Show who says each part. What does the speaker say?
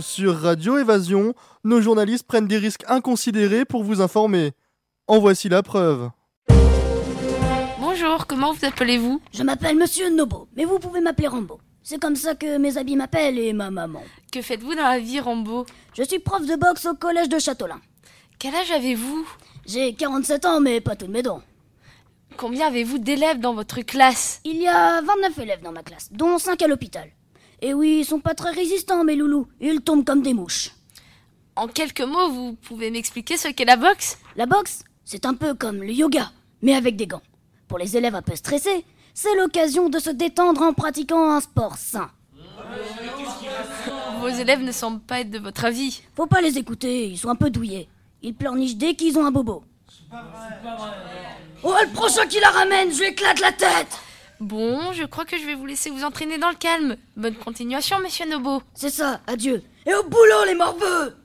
Speaker 1: Sur Radio Évasion, nos journalistes prennent des risques inconsidérés pour vous informer. En voici la preuve.
Speaker 2: Bonjour, comment vous appelez-vous
Speaker 3: Je m'appelle Monsieur Nobo, mais vous pouvez m'appeler Rambo. C'est comme ça que mes amis m'appellent et ma maman.
Speaker 2: Que faites-vous dans la vie, Rambo
Speaker 3: Je suis prof de boxe au collège de Châtelain.
Speaker 2: Quel âge avez-vous
Speaker 3: J'ai 47 ans, mais pas toutes mes dents.
Speaker 2: Combien avez-vous d'élèves dans votre classe
Speaker 3: Il y a 29 élèves dans ma classe, dont 5 à l'hôpital. Et oui, ils sont pas très résistants, mes loulous. Ils tombent comme des mouches.
Speaker 2: En quelques mots, vous pouvez m'expliquer ce qu'est la boxe
Speaker 3: La boxe, c'est un peu comme le yoga, mais avec des gants. Pour les élèves un peu stressés, c'est l'occasion de se détendre en pratiquant un sport sain.
Speaker 2: Vos élèves ne semblent pas être de votre avis.
Speaker 3: Faut pas les écouter, ils sont un peu douillés. Ils pleurnichent dès qu'ils ont un bobo. Oh, le prochain qui la ramène, je lui éclate la tête
Speaker 2: Bon, je crois que je vais vous laisser vous entraîner dans le calme. Bonne continuation, monsieur Nobo.
Speaker 3: C'est ça, adieu. Et au boulot, les morveux